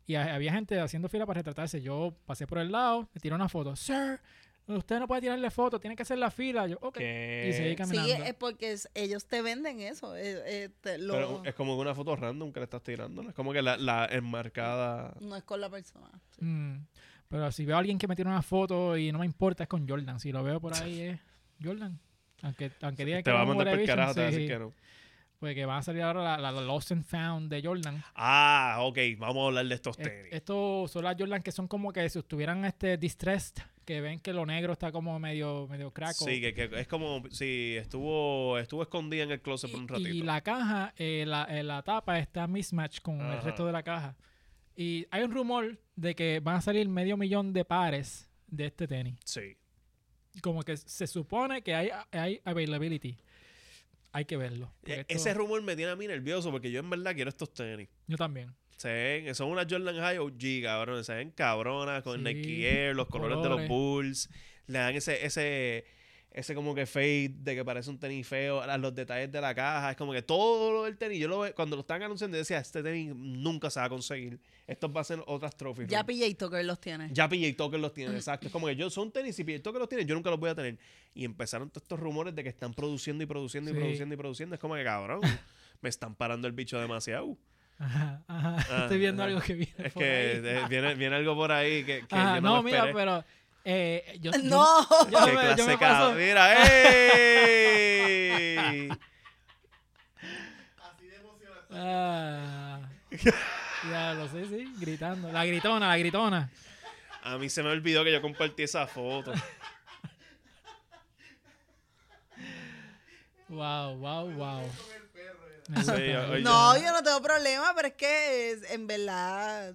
Y ha- había gente haciendo fila para retratarse. Yo pasé por el lado, me tiró una foto. Sir, usted no puede tirarle foto, tiene que hacer la fila. Yo, ok.
¿Qué?
Y seguí caminando.
Sí, es porque es- ellos te venden eso. eh, eh, te lo-
Pero es como una foto random que le estás tirando. ¿no? Es como que la, la enmarcada.
no es con la persona.
Mm, Pero si veo a alguien que me tiene una foto y no me importa, es con Jordan. Si lo veo por ahí, es Jordan. Aunque, aunque diga que
Te va
es
a
un
mandar por el
Motivation,
carajo, te va a
sí,
decir que no.
Pues que van a salir ahora la, la- la Lost and Found de Jordan.
Ah, ok, vamos a hablar de estos
Es-
tenis.
estos son las Jordan que son como que si estuvieran este distressed, que ven que lo negro está como medio, medio craco.
Sí, que, que es como si estuvo estuvo escondida en el closet por un
Y-
ratito.
Y la caja, eh, la, eh, la tapa está mismatch con
Ajá.
el resto de la caja. Y hay un rumor de que van a salir medio millón de pares de este tenis.
Sí.
Como que se supone que hay, hay availability. Hay que verlo. porque
E-
esto-
Ese rumor me tiene a mí nervioso porque yo en verdad quiero estos tenis.
yo también. <laughs>
Se ven, son unas Jordan High OG, cabrón. Se ven cabronas con
Sí,
Nike Air, los colores, de los
colores.
Bulls. Le dan ese, ese, ese como que fade de que parece un tenis feo. Ahora, Los detalles de la caja. Es como que todo lo del tenis. Yo lo ve- cuando lo estaban anunciando, yo decía, este tenis nunca se va a conseguir. Estos van a ser otras trophies.
Ya
run.
PJ Tucker los tiene. <laughs>
Ya PJ Tucker los tiene, exacto. Es como que yo son tenis y PJ Tucker los tiene, yo nunca los voy a tener. Y empezaron todos estos rumores de que están produciendo y produciendo y
Sí.
produciendo y produciendo. Es como
<laughs>
que cabrón, me están parando el bicho demasiado.
Ajá, ajá. Estoy viendo
ajá.
algo que viene.
Ah, Es
por
que
ahí.
eh, viene, viene algo por ahí que, que
Ajá,
yo no,
no,
lo
mira,
esperé.
pero. eh,
<laughs>
yo, yo-
No.
yo
Qué
me- yo
clase
me
de
<laughs> paso-
cabrón. Mira, ¡ey!
Ah. ya lo sé, sí, gritando. La gritona, la gritona.
A mí se me olvidó que yo compartí esa foto.
Wow, wow, wow.
Sí, yo-
No,
<laughs>
yo no tengo problema, pero es que es- en verdad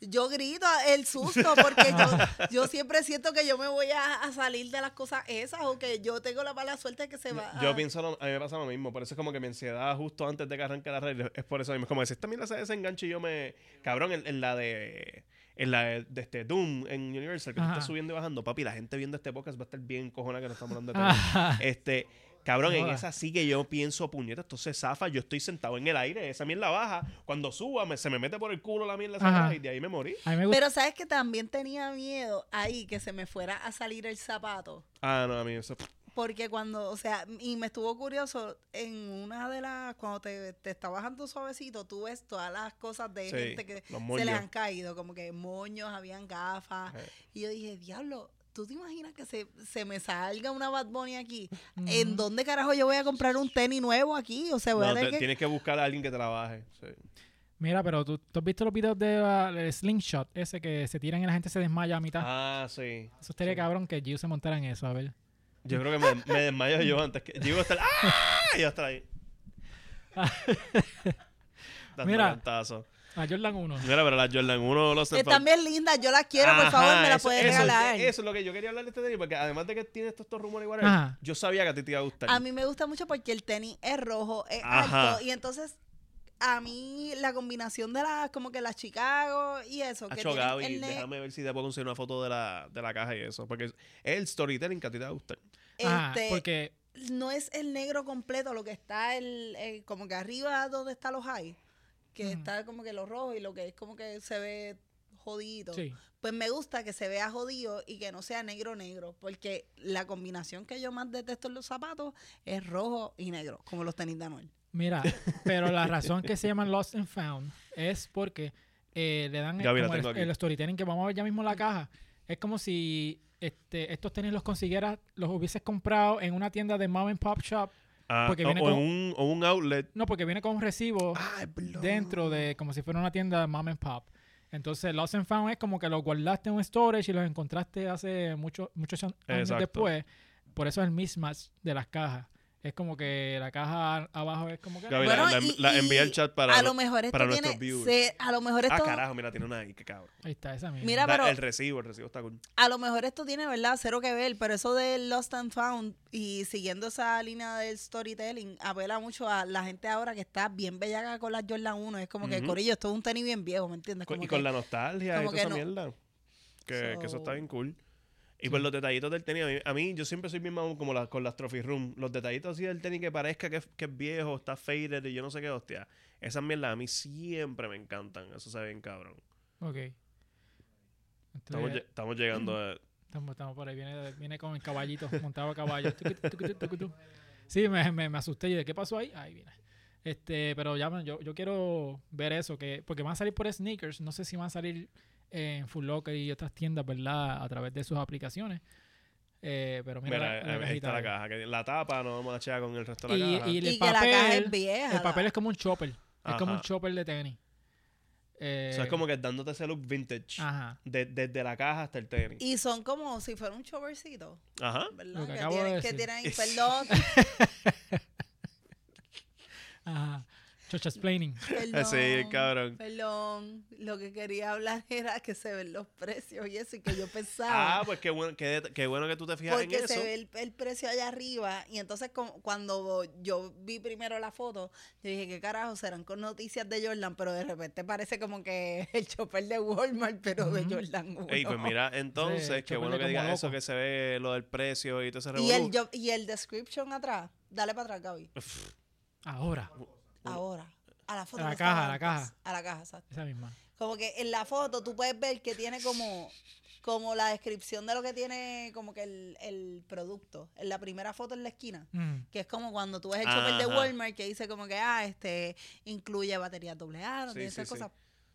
yo grito el susto porque
<laughs>
yo, yo siempre siento que yo me voy a, a salir de las cosas esas o que yo tengo la mala suerte que se va.
Yo
a-
Ah.
pienso, lo- a mí me pasa lo mismo. Por eso es como que mi ansiedad justo antes de que arranque la red es por eso mismo. Es como que si esta mierda se desengancha y yo me. Cabrón, en, en la de. En la de, de este Doom en Universal, que tú
Ajá.
estás subiendo y bajando, papi, la gente viendo este podcast va a estar bien cojona que no estamos hablando de tenis.
Ajá.
Este, cabrón, en
Ah. Joda.
esa sí que yo pienso, puñeta, esto se zafa, yo estoy sentado en el aire, esa mierda baja, cuando suba me- se me mete por el culo la mierda esa
Ajá.
baja y de ahí me morí.
A mí me gusta.
Pero sabes que también tenía miedo ahí que se me fuera a salir el zapato.
Ah, no, a mí eso...
Porque cuando, o sea, y me estuvo curioso, en una de las, cuando te, te está bajando suavecito, tú ves todas las cosas de
Sí,
gente que
los
se
moños.
les han caído, como que moños, habían gafas.
Ajá.
Y yo dije, diablo, ¿Tú te imaginas que se, se me salga una Bad Bunny aquí?
mm.
¿En dónde carajo yo voy a comprar un tenis nuevo aquí? O sea, voy a
No,
tener
te-
que...
Tienes que buscar a alguien que trabaje. sí.
Mira, pero ¿tú, tú has visto los videos de la- del slingshot, ese que se tiran y la gente se desmaya a mitad.
Ah, sí.
Eso estaría
sí.
cabrón que Gio se montara en eso, a ver.
Yo creo que me, me desmayo yo antes que. Yo iba a estar. ¡Ah! Yo iba a estar <laughs> ahí. Dando
Mira.
cantazos.
A Jordan 1.
Mira, pero la Jordan 1 los
Están bien lindas, yo las quiero, por favor, me las puedes regalar.
Eso, es lo que yo quería hablar de este tenis, porque además de que tiene estos, estos rumores iguales,
Ajá.
yo sabía que a ti te iba a gustar.
A mí me gusta mucho porque el tenis es rojo, es
Ajá.
alto. Y entonces, a mí la combinación de las, como que las Chicago y eso.
Ha
que
chocado
tienen
y
el ne-
déjame ver si te puedo conseguir una foto de la, de la caja y eso. Porque es el storytelling que a ti te va a gustar.
Ah,
este,
porque
no es el negro completo, lo que está el, el- como que arriba donde está los high, que
Ujú.
está como que los rojos y lo que es como que se ve jodido.
sí,
Pues me gusta que se vea jodido y que no sea negro negro, porque la combinación que yo más detesto en los zapatos es rojo y negro, como los tenis de Anuel.
mira, pero la razón que se llaman Lost and Found es porque eh, le dan el,
Gaby, la
como el-
tengo aquí.
el storytelling que vamos a ver ya mismo en la caja. Es como si este, estos tenis los consiguieras, los hubieses comprado en una tienda de mom and pop shop.
Ah,
Porque
o,
viene
o
con-
en un, o un outlet.
No, porque viene con un recibo
Ah,
dentro de como si fuera una tienda de mom and pop. Entonces, Lost and Found es como que los guardaste en un storage y los encontraste hace muchos muchos an- años
Exacto.
después. Por eso es el mismatch de las cajas. Es como que la caja a- abajo es como que...
Gaby, la- la,
y-
la
y
envié al chat para.
a lo mejor esto
para
tiene
nuestros viewers.
se- a lo mejor
ah,
esto
carajo, mira, tiene una ahí, qué cabrón.
Ahí está, esa misma.
Mira,
La-
pero-
el recibo, el recibo está con.
a lo mejor esto tiene verdad cero que ver, pero eso de Lost and Found y siguiendo esa línea del storytelling apela mucho a la gente ahora que está bien bellaca con las Jordan 1, es como que
Ujú.
corillo, esto es un tenis bien viejo, ¿me entiendes?
Con-
Como
y con
que-
la nostalgia y
como
toda
que
esa
no.
mierda. Que, que eso está
So-
bien cool. Y por los detallitos del tenis, a mí, a mí yo siempre soy bien mamón como la- con las Trophy Room. Los detallitos así del tenis que parezca que, es- que es viejo, está faded y yo no sé qué, hostia. Esas mierdas a mí siempre me encantan. Eso se ve bien cabrón.
Ok.
Estamos,
Entonces,
lle- estamos llegando
<clears throat>
a...
estamos, estamos por ahí. Viene, viene con el caballito, montado a caballo. Tucu, tucu, tucu, tucu, tucu. Sí, me, me, me asusté. Yo, ¿Qué pasó ahí? Ahí viene. Este, pero ya, man, yo, yo quiero ver eso. que Porque van a salir por sneakers. No sé si van a salir eh, en Full Locker y otras tiendas, ¿verdad? A través de sus aplicaciones. Eh, pero mira,
Mira,
la- la
ahí
cajita
está la
ahí.
caja. que la tapa no vamos a echar con el resto de la
Y,
caja.
y
y
el
que la
papel,
caja es vieja.
el papel es como un chopper. Es como un
Ajá.
chopper de tenis. Eh,
Eso es como que dándote ese look vintage.
Ajá.
De- desde la caja hasta el tenis.
Y son como si fuera un chovercito,
Ajá.
¿verdad?
Lo que
que,
acabo de
tienen, que
decir.
<laughs>
tienen, perdón,
Ajá. Chocha explaining.
perdón.
Sí, cabrón.
Perdón, lo que quería hablar <laughs> era que se ven los precios y eso, y que yo pensaba
Ah, pues qué bueno, qué, det- qué bueno que tú te fijas en
Porque
eso.
se ve el, el precio allá arriba. Y entonces como- cuando yo vi primero la foto, yo dije, ¿qué carajo? Serán con noticias de Jordan, pero de repente parece como que <laughs> el chopper de Walmart, pero de
Ujú.
Jordan uno.
Ey, pues mira, entonces,
Ese
qué
chocolate
bueno que
como
digas eso,
loco.
que se ve lo del precio y todo ese
y, el,
revolú.
jo- y el description atrás, dale para atrás, Gaby.
Ahora.
uh.
Ahora. A la foto.
A la
que estaba
caja, a la
antes.
caja.
A la caja, exacto.
Esa misma.
Como que en la foto tú puedes ver que tiene como, como la descripción de lo que tiene como que el, el producto. En la primera foto en la esquina.
Mm.
Que es como cuando tú ves el chopper de
Ajá.
Walmart que dice como que, ah, este, incluye batería AA, no
Sí,
tiene
sí,
esas
sí.
cosas.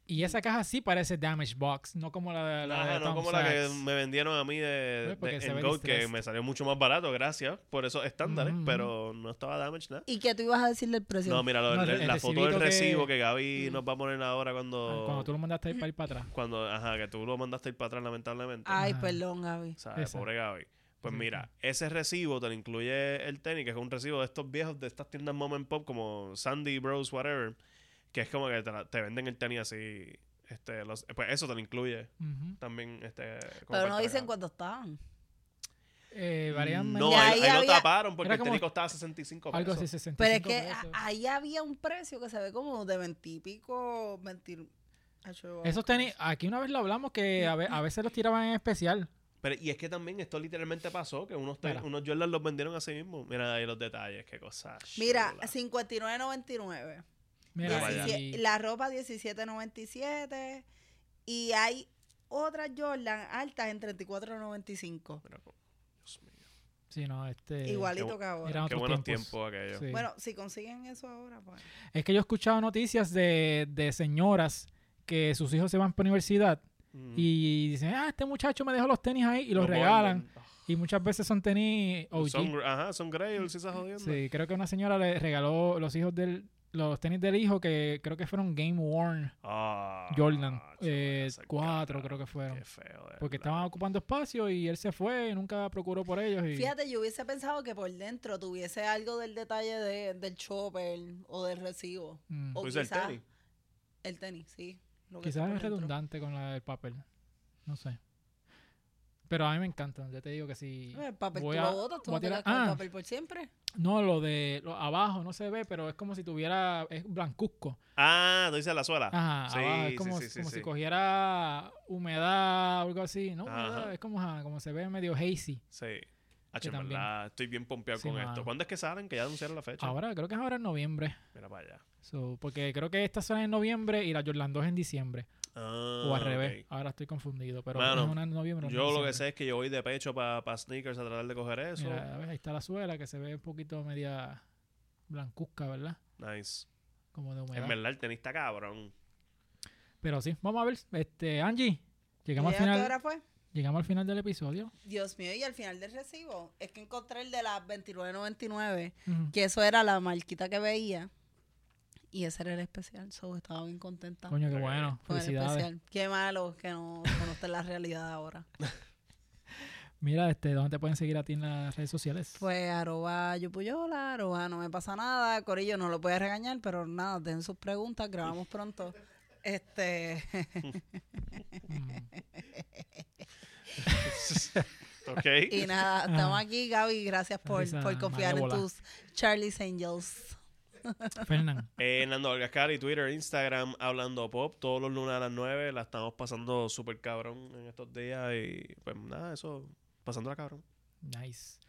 Y esa caja sí parece damage box, no como la de la
Ajá,
de
no
Tom
como la que
Sachs.
me vendieron a mí de,
Pues porque
de-
se
en
ve
Gold, que
distressed.
me salió mucho más barato, gracias, por esos estándares,
Ujú,
pero no estaba damage nada.
¿Y qué tú ibas a decir del precio?
No, mira, lo-
No,
la-
el
la foto
recibito
del
que-
recibo que, Gaby nos va a poner ahora
Ah,
cuando...
Cuando tú lo mandaste ahí para ir para atrás.
cuando- ajá, que tú lo mandaste ir para atrás, lamentablemente.
Ay,
Ah.
perdón, Gaby.
O sea,
Esa.
pobre Gaby. Pues
Esa
mira,
misma.
ese recibo te lo incluye el tenis, que es un recibo de estos viejos, de estas tiendas mom and pop, como Sandy Bros, whatever, que es como que te, la- te venden el tenis así. Este, los, pues eso te lo incluye
Ujú.
también. Este, como
Pero
parte
no
de
dicen
regalo.
cuánto estaban.
Eh, varían
No,
Y
ahí,
ahí
ahí lo
había-
taparon porque
era
el tenis
como-
costaba 65 pesos.
algo así 65
Pero es que a-
pesos.
ahí había un precio que se ve como de 20 y pico, 20 Acho,
Esos tenis, aquí una vez lo hablamos que a, ve- a veces los tiraban en especial.
Pero, y es que también esto literalmente pasó, que unos, tenis-
Mira.
unos Jordan los vendieron así mismo. Mira ahí los detalles, qué cosa.
Mira,
chula.
59.99.
Mira,
vaya.
y-
17 La ropa 17.97. Y hay otras Jordan altas en 34.95.
Mira, Dios mío.
sí, no, este
Igualito
bu-
que ahora.
eran
Qué
otros
buenos
tiempos.
tiempos, aquellos.
Sí.
Bueno, si consiguen eso ahora, pues.
Es que yo he escuchado noticias de, de señoras que sus hijos se van para universidad
Mm.
Y dicen, ah, este muchacho me dejó los tenis ahí y los
vuelven.
regalan.
Ah,
Y muchas veces son tenis OG.
Son, ajá, son Grails esas jodiendas.
Sí, creo que una señora le regaló los hijos del los tenis del hijo que creo que fueron Game Worn
Ah,
Jordan
chaval,
eh,
esa
cuatro
cara,
creo que fueron
Qué feo. de
porque
verdad.
estaban ocupando espacio y él se fue y nunca procuró por ellos y
Fíjate, yo hubiese pensado que por dentro tuviese algo del detalle de, del chopper o del recibo.
Mm.
O
Pues el
quizá-
tenis.
El tenis, sí. lo que está
quizás
por
es
dentro.
redundante con la del papel no sé pero a mí me encantan ya te digo que si
Pues, El papel
Voy
tú
a-
lo botas, tú
voy
no
a
te
tirar-
quedas con el
ah.
papel por siempre.
no lo de lo- abajo no se ve pero es como si tuviera es blancuzco
Ah, tú dices la suela.
Ajá,
Sí,
abajo,
sí,
es como,
sí, sí,
como
sí.
si cogiera humedad o algo así. No,
Ajá.
humedad, es como, ajá, como se ve medio hazy.
Sí. Hacho, en
también.
verdad, estoy bien pompeado
Sí,
con
mano.
esto. ¿Cuándo es que salen? Que ya anunciaron la fecha.
Ahora, creo que es ahora en noviembre.
Mira para allá.
So, porque creo que estas son en noviembre y la Jordan 2 en diciembre.
Ah,
o al
ok.
revés. Ahora estoy confundido, pero
Mano,
es una en noviembre. una en
Yo lo que
diciembre.
sé es que yo voy de pecho para sneakers a tratar de coger eso.
Mira, a ver, ahí está la suela que se ve un poquito media blancuzca, ¿verdad?
Nice.
Como de
En
humedad.
verdad, el tenis está cabrón.
Pero sí, vamos a ver. Este, Angie, llegamos al
¿Llegaste
final.
ahora fue?
Llegamos al final del episodio.
Dios mío, y al final del recibo. Es que encontré el de las 29.99,
Ujú.
que eso era la marquita que veía. Y ese era el especial, so estaba bien contenta.
Coño, qué
Ok.
bueno.
con el
Felicidades.
especial. Qué malo que no conozcan la realidad ahora.
Mira, este, ¿dónde te pueden seguir a ti en las redes sociales?
Pues arroba yupuyola, arroba no me pasa nada, Corillo no lo puede regañar, pero nada, den sus preguntas, grabamos pronto. Este,
Mm.
ok.
<laughs>
<laughs>
y nada, estamos aquí, Gaby, gracias por,
Esa
por confiar en
Ah. malévola.
tus Charlie's Angels.
Fernán.
Eh, Nando Algascari, Twitter, Instagram, Hablando Pop, todos los lunes a las 9. La estamos pasando súper cabrón en estos días. Y pues nada, eso, pasándola cabrón.
Nice.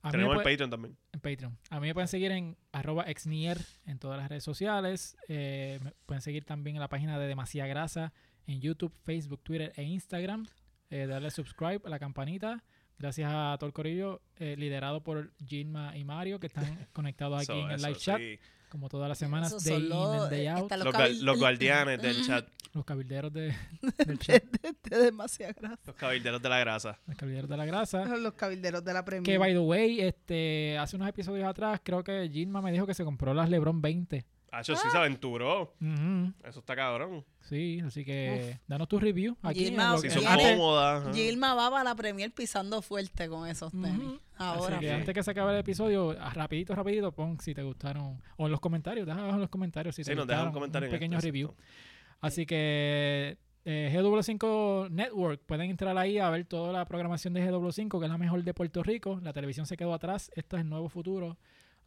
A mí me
Tenemos el
puede-
Patreon también.
en Patreon. A mí me pueden seguir en arroba exnier en todas las redes sociales. Eh, me pueden seguir también en la página de Demasiada Grasa en YouTube, Facebook, Twitter e Instagram. Eh, darle subscribe a la campanita. Gracias a todo el corillo, eh, liderado por Gilma y Mario, que están
<laughs>
conectados aquí
Eso,
en el
eso,
live chat,
sí.
como todas las semanas,
Esos
day
son
in
los-
and day
eh,
out.
están
Los,
cabil-
gal- los guardianes del
<laughs>
chat,
Los cabilderos de, del
de,
chat,
de- de demasiada grasa.
los cabilderos de la grasa.
los cabilderos de la grasa.
Los cabilderos de la
Que, by
premia.
the way, este, hace unos episodios atrás, creo que Gilma me dijo que se compró las LeBron 20.
Hacho, sí se aventuró.
Ujú.
Eso está cabrón.
Sí, así que danos tu review aquí. en
Gilma,
lo
Si
que-
son
Fíjate.
antes,
cómodas. ajá.
Gilma va para la premier pisando fuerte con esos tenis.
Ujú.
Ahora.
así que
Sí.
antes que se acabe el episodio, ah, rapidito, rapidito, pon si te gustaron. O en los comentarios, deja abajo en los comentarios si te
Sí, nos dejan
gustaron,
un comentario. en este esto,
pequeño review.
exacto.
Así que eh, GW5 Network, pueden entrar ahí a ver toda la programación de GW5, que es la mejor de Puerto Rico. La televisión se quedó atrás, esta es el nuevo futuro.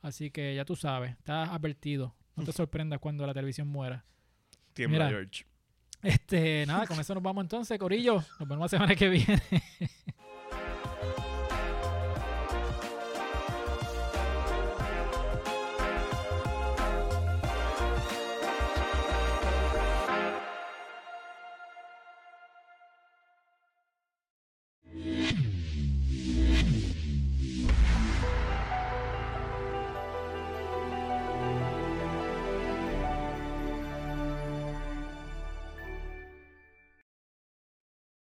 Así que ya tú sabes, estás advertido. No
<laughs>
te sorprendas cuando la televisión muera.
Tiembla,
Mira.
George.
Este, nada, con eso nos vamos entonces, Corillo. Nos vemos la semana que viene.